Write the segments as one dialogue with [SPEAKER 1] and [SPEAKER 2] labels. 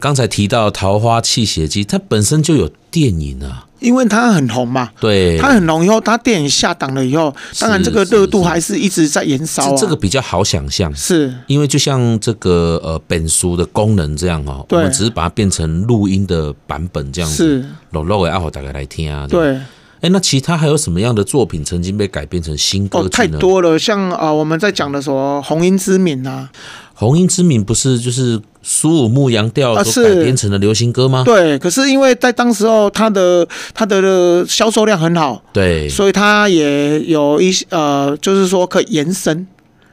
[SPEAKER 1] 刚才提到《桃花泣血记》，它本身就有电影啊，
[SPEAKER 2] 因为它很红嘛，
[SPEAKER 1] 对，
[SPEAKER 2] 它很红以后，它电影下档了以后，当然这个热度还是一直在延烧、啊
[SPEAKER 1] 这这个比较好想象，
[SPEAKER 2] 是
[SPEAKER 1] 因为就像这个呃本书的功能这样哦，我
[SPEAKER 2] 对
[SPEAKER 1] 们只是把它变成录音的版本这样子，
[SPEAKER 2] 是，
[SPEAKER 1] 露露的爱好大家来听啊。这样，
[SPEAKER 2] 对。
[SPEAKER 1] 哎，那其他还有什么样的作品曾经被改编成新歌
[SPEAKER 2] 哦，
[SPEAKER 1] 剧
[SPEAKER 2] 太
[SPEAKER 1] 呢？
[SPEAKER 2] 多了，像啊、呃我们在讲的什么《红缨之敏》啊，
[SPEAKER 1] 嗯红缨之名》不是就是苏武牧羊调
[SPEAKER 2] 啊
[SPEAKER 1] 所改
[SPEAKER 2] 是
[SPEAKER 1] 编成的流行歌吗？
[SPEAKER 2] 对，可是因为在当时候，它的它的销售量很好，
[SPEAKER 1] 对，
[SPEAKER 2] 所以它也有一些呃，就是说可以延伸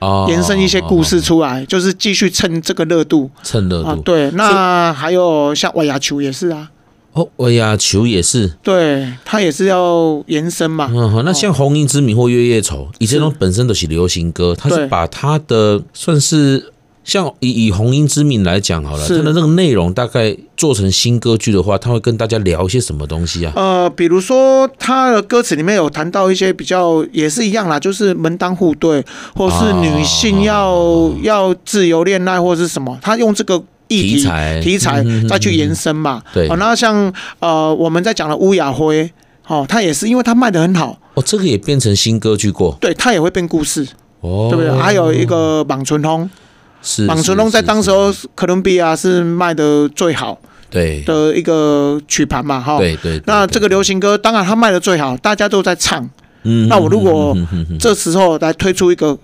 [SPEAKER 1] 哦
[SPEAKER 2] 延伸一些故事出来，就是继续蹭这个热度
[SPEAKER 1] 趁热
[SPEAKER 2] 啊、
[SPEAKER 1] 度。
[SPEAKER 2] 对，那还有像瓦牙球也是啊，
[SPEAKER 1] 哦，哎呀，球也是。
[SPEAKER 2] 对，它也是要延伸嘛，
[SPEAKER 1] 嗯，好，那像《红缨之名》或《月夜愁》，以前都本身都是流行歌，它是
[SPEAKER 2] 对
[SPEAKER 1] 把它的算是像以以《红缨之名》来讲好了，它
[SPEAKER 2] 是
[SPEAKER 1] 的那个内容大概做成新歌剧的话，它会跟大家聊一些什么东西啊？
[SPEAKER 2] 呃，比如说他的歌词里面有谈到一些比较也是一样啦，就是门当户对，或是女性要、
[SPEAKER 1] 啊
[SPEAKER 2] 要自由恋爱或是什么，他用这个议
[SPEAKER 1] 题
[SPEAKER 2] 题
[SPEAKER 1] 材嗯
[SPEAKER 2] 题材再去延伸嘛。
[SPEAKER 1] 对
[SPEAKER 2] 哦，那像呃我们在讲的乌雅辉，哦，他也是因为他卖的很好，
[SPEAKER 1] 哦，这个也变成新歌剧过
[SPEAKER 2] 对他也会变故事，
[SPEAKER 1] 哦，
[SPEAKER 2] 对不对？还有一个莽存通，
[SPEAKER 1] 是
[SPEAKER 2] 莽
[SPEAKER 1] 是
[SPEAKER 2] 存通在
[SPEAKER 1] 是
[SPEAKER 2] 当
[SPEAKER 1] 是
[SPEAKER 2] 时候哥伦比亚是卖的最好
[SPEAKER 1] 对
[SPEAKER 2] 的一个曲盘嘛，哈、
[SPEAKER 1] 对对，
[SPEAKER 2] 哦那
[SPEAKER 1] 对
[SPEAKER 2] 这个流行歌，当然它卖的最好，大家都在唱。
[SPEAKER 1] 嗯
[SPEAKER 2] 那我如果
[SPEAKER 1] 嗯嗯嗯嗯
[SPEAKER 2] 这时候来推出一个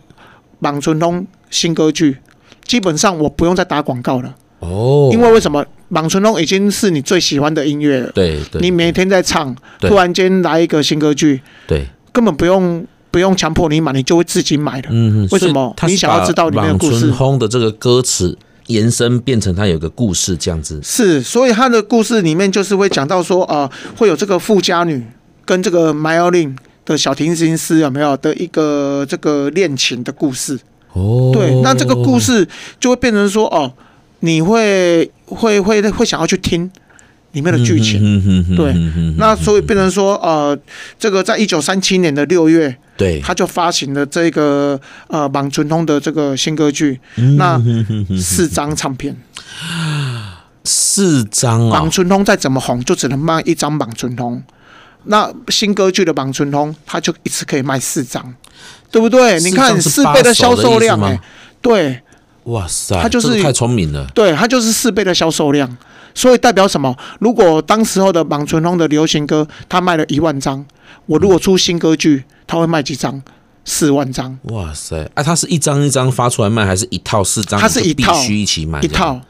[SPEAKER 2] 莽村通新歌剧，基本上我不用再打广告了，
[SPEAKER 1] 哦，
[SPEAKER 2] 因为为什么？莽村通已经是你最喜欢的音乐了，
[SPEAKER 1] 对对
[SPEAKER 2] 你每天在唱，
[SPEAKER 1] 对
[SPEAKER 2] 突然间来一个新歌剧，
[SPEAKER 1] 对
[SPEAKER 2] 根本不用不用强迫你买，你就会自己买的。
[SPEAKER 1] 嗯，
[SPEAKER 2] 为什么你想要知道里面的故事
[SPEAKER 1] 轰的这个歌词延伸变成它有个故事这样子，
[SPEAKER 2] 是，所以他的故事里面就是会讲到说，呃，会有这个富家女跟这个 m 奥琳的小提琴师有没有的一个这个恋情的故事。
[SPEAKER 1] 哦，
[SPEAKER 2] 对，那这个故事就会变成说，哦，你会会会会想要去听里面的剧
[SPEAKER 1] 嗯
[SPEAKER 2] 情。
[SPEAKER 1] 情
[SPEAKER 2] 对
[SPEAKER 1] 对
[SPEAKER 2] 那所以变成说，呃，这个在一九三七年的六月，
[SPEAKER 1] 对，
[SPEAKER 2] 他就发行了这个呃莽存通的这个新歌剧，
[SPEAKER 1] 嗯
[SPEAKER 2] 那四张唱片。
[SPEAKER 1] 四张啊
[SPEAKER 2] 莽，村通再怎么红，就只能卖一张莽村通。那新歌剧的莽村通，它就一次可以卖四张，对不对？
[SPEAKER 1] 四
[SPEAKER 2] 你
[SPEAKER 1] 张
[SPEAKER 2] 看
[SPEAKER 1] 是
[SPEAKER 2] 四
[SPEAKER 1] 八
[SPEAKER 2] 倍的
[SPEAKER 1] 手
[SPEAKER 2] 销
[SPEAKER 1] 的
[SPEAKER 2] 售
[SPEAKER 1] 意思
[SPEAKER 2] 量、
[SPEAKER 1] 吗
[SPEAKER 2] 欸，对
[SPEAKER 1] 哇塞，
[SPEAKER 2] 他就是
[SPEAKER 1] 这个太聪明了，
[SPEAKER 2] 对，它就是四倍的销售量。所以代表什么？如果当时候的莽村通的流行歌，它卖了一万张，我如果出新歌剧，它会卖几张？四万张，
[SPEAKER 1] 哇塞，啊，它是一张一张发出来卖，还是一套四张？
[SPEAKER 2] 它是一
[SPEAKER 1] 必
[SPEAKER 2] 套
[SPEAKER 1] 须一起买
[SPEAKER 2] 一
[SPEAKER 1] 这样，
[SPEAKER 2] 套，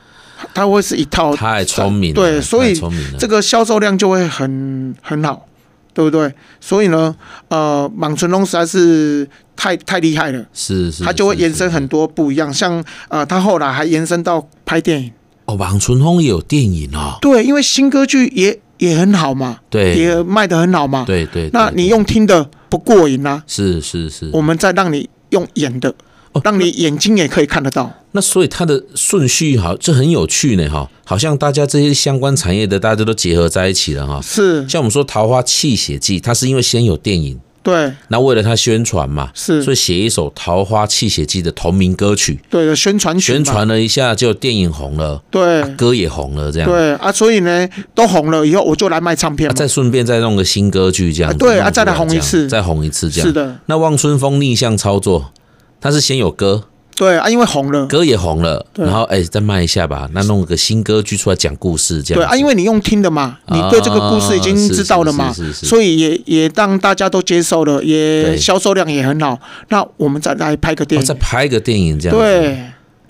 [SPEAKER 2] 它会是一套。
[SPEAKER 1] 啊太聪明了，
[SPEAKER 2] 对所以
[SPEAKER 1] 太聪明了，
[SPEAKER 2] 这个销售量就会很很好，对不对？所以呢，呃，莽村龙实在是太太厉害了，
[SPEAKER 1] 是是，
[SPEAKER 2] 它就会
[SPEAKER 1] 是
[SPEAKER 2] 延伸。很多不一样，像呃，它后来还延伸到拍电影，
[SPEAKER 1] 哦，王春风也有电影哦，
[SPEAKER 2] 对，因为新歌剧也也很好嘛，
[SPEAKER 1] 对
[SPEAKER 2] 也卖得很好嘛，
[SPEAKER 1] 对对，
[SPEAKER 2] 那
[SPEAKER 1] 对
[SPEAKER 2] 你
[SPEAKER 1] 对
[SPEAKER 2] 用听的不过瘾啊，
[SPEAKER 1] 是是是，
[SPEAKER 2] 我们再让你用演的
[SPEAKER 1] 哦，
[SPEAKER 2] 让你眼睛也可以看得到，
[SPEAKER 1] 那所以它的顺序好，这很有趣呢哈，好像大家这些相关产业的大家都结合在一起了哈。
[SPEAKER 2] 是，
[SPEAKER 1] 像我们说《桃花泣血记》，它是因为先有电影，
[SPEAKER 2] 对，
[SPEAKER 1] 那为了它宣传嘛，
[SPEAKER 2] 是
[SPEAKER 1] 所以写一首《桃花泣血记》的同名歌曲，
[SPEAKER 2] 对的，宣传曲嘛
[SPEAKER 1] 宣，传了一下，就电影红了，
[SPEAKER 2] 对。
[SPEAKER 1] 歌也红了，这样。
[SPEAKER 2] 对啊，所以呢，都红了以后，我就来卖唱片
[SPEAKER 1] 啊、
[SPEAKER 2] 嘛。
[SPEAKER 1] 再顺便再弄个新歌剧这样子、
[SPEAKER 2] 啊对啊
[SPEAKER 1] 弄出
[SPEAKER 2] 再来红一
[SPEAKER 1] 这样
[SPEAKER 2] 次
[SPEAKER 1] 再红一次这样。
[SPEAKER 2] 是的，
[SPEAKER 1] 那望春风逆向操作，它是先有歌，
[SPEAKER 2] 对啊，因为红了，
[SPEAKER 1] 歌也红了，
[SPEAKER 2] 对
[SPEAKER 1] 然后哎、再卖一下吧，那弄个新歌剧出来讲故事这样
[SPEAKER 2] 对
[SPEAKER 1] 子。
[SPEAKER 2] 啊，因为你用听的嘛，你对这个故事已经知道了嘛，
[SPEAKER 1] 啊是是是是是
[SPEAKER 2] 所以也也让大家都接受了，
[SPEAKER 1] 对
[SPEAKER 2] 也销售量也很好。那我们再来拍个电
[SPEAKER 1] 哦、再
[SPEAKER 2] 影，
[SPEAKER 1] 拍个电影这样子。，
[SPEAKER 2] 对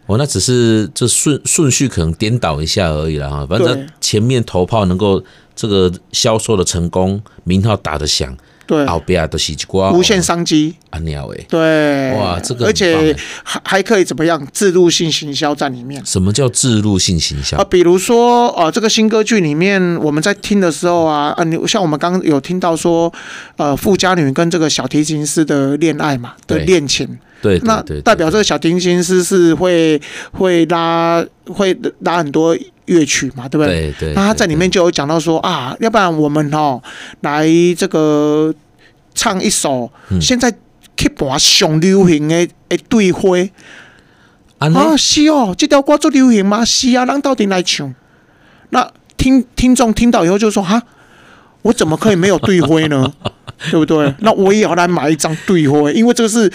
[SPEAKER 1] 哦，那只是这顺顺序可能颠倒一下而已啦哈。反正
[SPEAKER 2] 对
[SPEAKER 1] 前面头炮能够这个销售的成功，名号打得响，
[SPEAKER 2] 对，
[SPEAKER 1] 后边啊都是一挂
[SPEAKER 2] 无限商机，
[SPEAKER 1] 啊鸟诶。
[SPEAKER 2] 对，
[SPEAKER 1] 哇这个很棒
[SPEAKER 2] 而且
[SPEAKER 1] 哎
[SPEAKER 2] 还还可以怎么样，自入性行销在里面。
[SPEAKER 1] 什么叫自入性行销？
[SPEAKER 2] 啊，比如说，呃，这个新歌剧里面，我们在听的时候啊，啊，你像我们刚刚有听到说，呃，富家女跟这个小提琴师的恋爱嘛，的
[SPEAKER 1] 对
[SPEAKER 2] 恋情，
[SPEAKER 1] 对对
[SPEAKER 2] 那
[SPEAKER 1] 对，对
[SPEAKER 2] 代表这个小提琴师是会会拉会拉很多乐曲嘛，对不对？
[SPEAKER 1] 对对，
[SPEAKER 2] 那他在里面就有讲到说啊，要不然我们哦来这个唱一首、
[SPEAKER 1] 嗯
[SPEAKER 2] 现在 keep 我上流行的的对花
[SPEAKER 1] 啊，
[SPEAKER 2] 啊啊，是哦，这条歌做流行吗？是啊，咱到底来唱那听听众听到以后就说哈，我怎么可以没有队徽 呢？对不对？那我也要来买一张队徽，因为这个是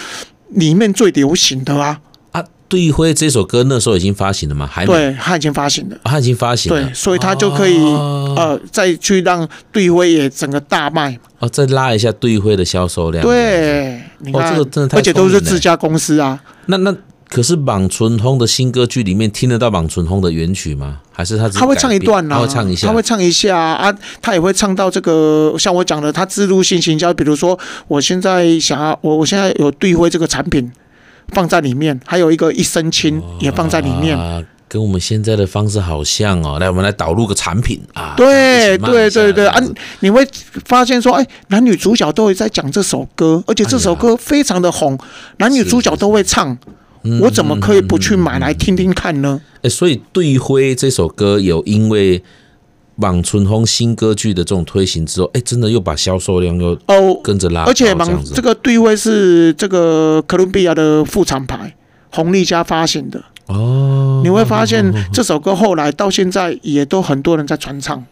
[SPEAKER 2] 里面最流行的啊。
[SPEAKER 1] 啊，队徽这首歌那时候已经发行了吗？还没，
[SPEAKER 2] 对，他已经发行了。
[SPEAKER 1] 啊它已经发行了
[SPEAKER 2] 对，。所以他就可以、
[SPEAKER 1] 哦
[SPEAKER 2] 呃，再去让队徽也整个大卖嘛。
[SPEAKER 1] 哦，再拉一下队徽的销售量。，
[SPEAKER 2] 对，你看，
[SPEAKER 1] 哦这个真的太
[SPEAKER 2] 而且都是
[SPEAKER 1] 聪明了
[SPEAKER 2] 自家公司啊。
[SPEAKER 1] 那那可是莽纯通的新歌剧里面听得到莽纯通的原曲吗？还是他只是
[SPEAKER 2] 他会唱一段
[SPEAKER 1] 改
[SPEAKER 2] 呐、
[SPEAKER 1] 编他会唱一下，
[SPEAKER 2] 他会唱一下啊，啊他也会唱到这个，像我讲的，他自入性行销，比如说我现在想要，我我现在有队徽这个产品放在里面，还有一个一身轻也放在里面。
[SPEAKER 1] 哦啊，跟我们现在的方式好像哦。来，我们来导入个产品啊。
[SPEAKER 2] 对
[SPEAKER 1] 一起卖
[SPEAKER 2] 对
[SPEAKER 1] 一下
[SPEAKER 2] 对对
[SPEAKER 1] 这
[SPEAKER 2] 啊
[SPEAKER 1] 样子！
[SPEAKER 2] 你会发现说，哎，男女主角都会在讲这首歌，而且
[SPEAKER 1] 哎
[SPEAKER 2] 这首歌非常的红，男女主角都会唱，
[SPEAKER 1] 嗯
[SPEAKER 2] 我怎么可以不去买来听听看呢？
[SPEAKER 1] 哎，所以《队徽》这首歌有因为莽纯通新歌剧的这种推行之后，哎，真的又把销售量又
[SPEAKER 2] 哦，
[SPEAKER 1] 跟着拉高，
[SPEAKER 2] 而且
[SPEAKER 1] 这样
[SPEAKER 2] 芒
[SPEAKER 1] 子
[SPEAKER 2] 这个地位是这个哥伦比亚的副厂牌红利家发行的，
[SPEAKER 1] 哦，
[SPEAKER 2] 你会发现这首歌后来到现在也都很多人在传唱，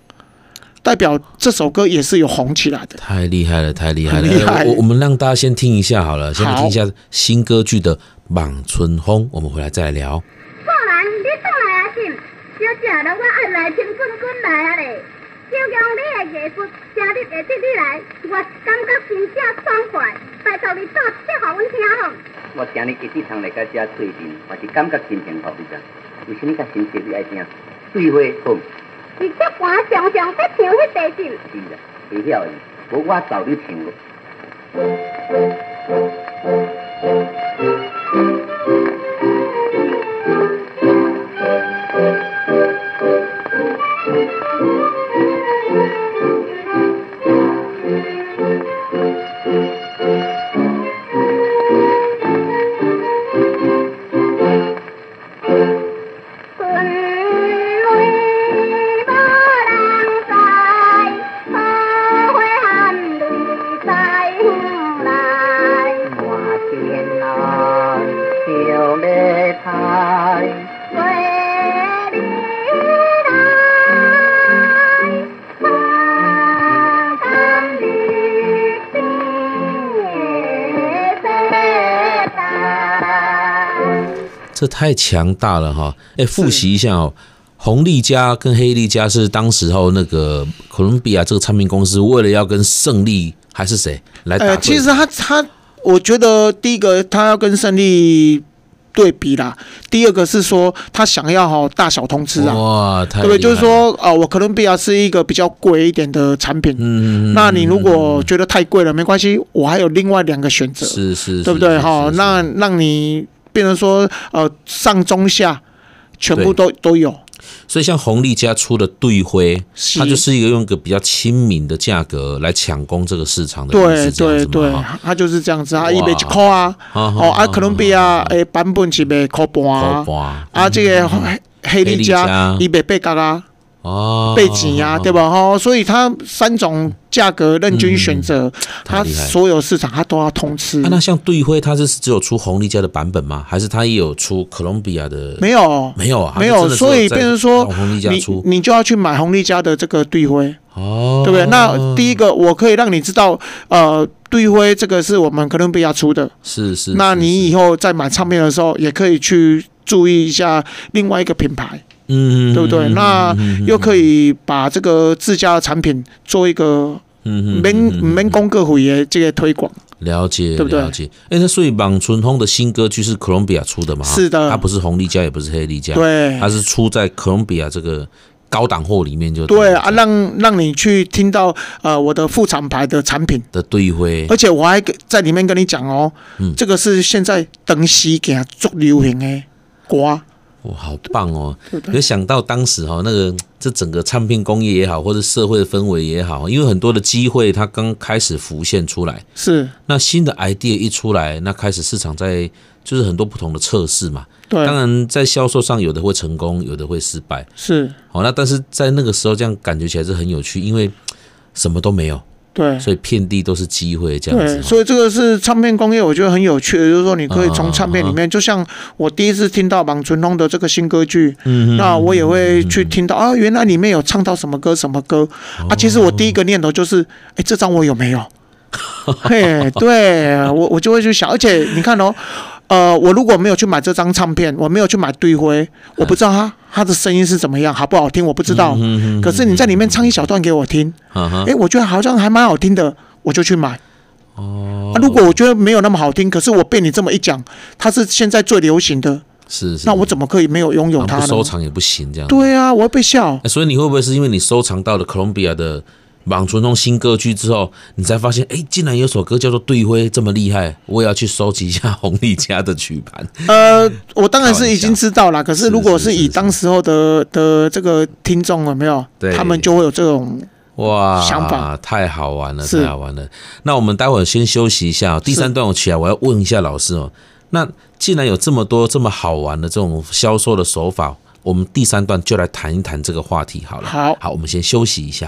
[SPEAKER 2] 代表这首歌也是有红起来的。
[SPEAKER 1] 太厉害了，太厉害了！
[SPEAKER 2] 很厉害
[SPEAKER 1] 哎我我们让大家先听一下好了，先来
[SPEAKER 2] 好
[SPEAKER 1] 听一下新歌剧的《莽春风》，我们回来再来聊。
[SPEAKER 3] 某人，你倒来啊紧，小姐了，我暗来听滚滚来啊嘞。小强，你的艺术今日会得你来，我感觉真正爽快，拜托你作曲给阮听好。
[SPEAKER 4] 我今日一直通来到遮做阵，我是感觉真幸福，你知道？为什么甲心情你爱听？对话讲，
[SPEAKER 3] 你这歌常常在唱迄地震，
[SPEAKER 4] 是啦，会晓的。无我教你唱咯。
[SPEAKER 3] 滚泪无人知，后悔含泪在风来。
[SPEAKER 4] 我天来笑咧开，
[SPEAKER 3] 为你来，我甘你心也在。
[SPEAKER 1] 这太强大了哈！哎，复习一下哦。红利家跟黑利家是当时候那个哥伦比亚这个唱片公司为了要跟胜利还是谁来打对、
[SPEAKER 2] 呃，其实他他，我觉得第一个他要跟胜利对比啦，第二个是说他想要哈大小通吃啊。
[SPEAKER 1] 哇，太
[SPEAKER 2] 对不对？
[SPEAKER 1] 厉害
[SPEAKER 2] 就是
[SPEAKER 1] 了，
[SPEAKER 2] 说，呃，我哥伦比亚是一个比较贵一点的产品。
[SPEAKER 1] 嗯，
[SPEAKER 2] 那你如果觉得太贵了，没关系，我还有另外两个选择，
[SPEAKER 1] 是是，
[SPEAKER 2] 对不
[SPEAKER 1] 是
[SPEAKER 2] 对？
[SPEAKER 1] 是
[SPEAKER 2] 哈
[SPEAKER 1] 是，是
[SPEAKER 2] 那让你变成说，呃，上中下全部都都有，
[SPEAKER 1] 所以像红利家出的队徽，
[SPEAKER 2] 是
[SPEAKER 1] 它就是一个用一个比较亲民的价格来抢攻这个市场的意
[SPEAKER 2] 对
[SPEAKER 1] 思，这样
[SPEAKER 2] 对
[SPEAKER 1] 子
[SPEAKER 2] 对
[SPEAKER 1] 嘛哈，
[SPEAKER 2] 它就是这样子啊，
[SPEAKER 1] 哇
[SPEAKER 2] 一百一块啊，
[SPEAKER 1] 好好
[SPEAKER 2] 哦
[SPEAKER 1] 好
[SPEAKER 2] 啊，哥伦比亚诶版本是卖块半
[SPEAKER 1] 高，
[SPEAKER 2] 啊
[SPEAKER 1] 拔
[SPEAKER 2] 啊这个黑黑利加
[SPEAKER 1] 嗯黑
[SPEAKER 2] 一百八角啊，
[SPEAKER 1] 哦，
[SPEAKER 2] 背景啊，对
[SPEAKER 1] 吧？
[SPEAKER 2] 吧？哈，所以它三种价格任君选择，
[SPEAKER 1] 嗯
[SPEAKER 2] 它
[SPEAKER 1] 太厉害了
[SPEAKER 2] 所有市场它都要通吃
[SPEAKER 1] 啊，。那像队徽，它是只有出红利家的版本吗？还是它也有出哥伦比亚的？
[SPEAKER 2] 没有，
[SPEAKER 1] 没有啊，它
[SPEAKER 2] 没有，
[SPEAKER 1] 就真的
[SPEAKER 2] 所以
[SPEAKER 1] 在
[SPEAKER 2] 变成说
[SPEAKER 1] 让红利，家
[SPEAKER 2] 你
[SPEAKER 1] 出
[SPEAKER 2] 你就要去买红利家的这个队徽，
[SPEAKER 1] 哦，
[SPEAKER 2] 对不对？那第一个，我可以让你知道，呃，队徽这个是我们哥伦比亚出的，
[SPEAKER 1] 是是，
[SPEAKER 2] 那
[SPEAKER 1] 是
[SPEAKER 2] 你以后在买唱片的时候，也可以去注意一下另外一个品牌，
[SPEAKER 1] 嗯，
[SPEAKER 2] 对不对？那又可
[SPEAKER 1] 以
[SPEAKER 2] 以把这个自家的产品做一个免免公各会的这个推广。
[SPEAKER 1] 嗯了解，
[SPEAKER 2] 对不对
[SPEAKER 1] 了解。哎，那所以莽纯通的新歌剧是哥伦比亚出的嘛？哈
[SPEAKER 2] 是的
[SPEAKER 1] 它不是红利家，也不是黑利家，，
[SPEAKER 2] 对
[SPEAKER 1] 它是出在哥伦比亚这个高档货里面就
[SPEAKER 2] 对啊，让让你去听到呃我的副厂牌的产品，
[SPEAKER 1] 的队徽
[SPEAKER 2] 而且我还跟在里面跟你讲哦，
[SPEAKER 1] 嗯
[SPEAKER 2] 这个是现在登西给它做流行的歌，
[SPEAKER 1] 哇，好棒哦！
[SPEAKER 2] 对不
[SPEAKER 1] 有
[SPEAKER 2] 对？
[SPEAKER 1] 想到当时哈、那个这整个唱片工业也好，或者社会氛围也好，因为很多的机会它刚开始浮现出来，
[SPEAKER 2] 是，
[SPEAKER 1] 那新的 idea 一出来，那开始市场在就是很多不同的测试嘛。
[SPEAKER 2] 对
[SPEAKER 1] 当，然在销售上，有的会成功，有的会失败。哦
[SPEAKER 2] 是，
[SPEAKER 1] 好、那但是在那个时候这样感觉起来是很有趣，因为什么都没有，
[SPEAKER 2] 对。
[SPEAKER 1] 所以遍地都是机会这样子哦
[SPEAKER 2] 对，
[SPEAKER 1] 哈。
[SPEAKER 2] 所以这个是唱片工业，我觉得很有趣的，就是说你可以从唱片里面，就像我第一次听到莽春通的这个新歌剧，
[SPEAKER 1] 嗯
[SPEAKER 2] 那我也会去听到啊，原来里面有唱到什么歌什么歌啊。其实我第一个念头就是，哎，这张我有没有？嘿，对我我就会去想，而且你看哦，呃，我如果没有去买这张唱片，我没有去买对灰，我不知道他他的声音是怎么样，好不好听我不知道。
[SPEAKER 1] 嗯
[SPEAKER 2] 可是你在里面唱一小段给我听，
[SPEAKER 1] 啊哈
[SPEAKER 2] 哎，我觉得好像还蛮好听的，我就去买。
[SPEAKER 1] 哦
[SPEAKER 2] 啊，，如果我觉得没有那么好听，可是我被你这么一讲，它是现在最流行的，
[SPEAKER 1] 是是，
[SPEAKER 2] 那我怎么可以没有拥有
[SPEAKER 1] 啊
[SPEAKER 2] 它
[SPEAKER 1] 不
[SPEAKER 2] 呢？
[SPEAKER 1] 收藏也不行这样。
[SPEAKER 2] 对啊，我会 被笑。
[SPEAKER 1] 哎所以你会不会是因为你收藏到了哥伦比亚的莽村通新歌剧之后，你才发现，哎，竟然有首歌叫做《对灰》这么厉害，我也要去收集一下红利家的曲盘。
[SPEAKER 2] 呃，我当然是已经知
[SPEAKER 1] 哦
[SPEAKER 2] 道啦，可是如果
[SPEAKER 1] 是
[SPEAKER 2] 是
[SPEAKER 1] 是
[SPEAKER 2] 以
[SPEAKER 1] 是
[SPEAKER 2] 当时候的的这个听众有没有
[SPEAKER 1] 对，
[SPEAKER 2] 他们就会有这种
[SPEAKER 1] 哇，
[SPEAKER 2] 想法
[SPEAKER 1] 太好玩了，
[SPEAKER 2] 是
[SPEAKER 1] 太好玩了。那我们待会儿先休息一下哦、第三段我起来，我要问一下老师哦。那既然有这么多这么好玩的这种销售的手法，我们第三段就来谈一谈这个话题好了。
[SPEAKER 2] 好
[SPEAKER 1] 好，我们先休息一下。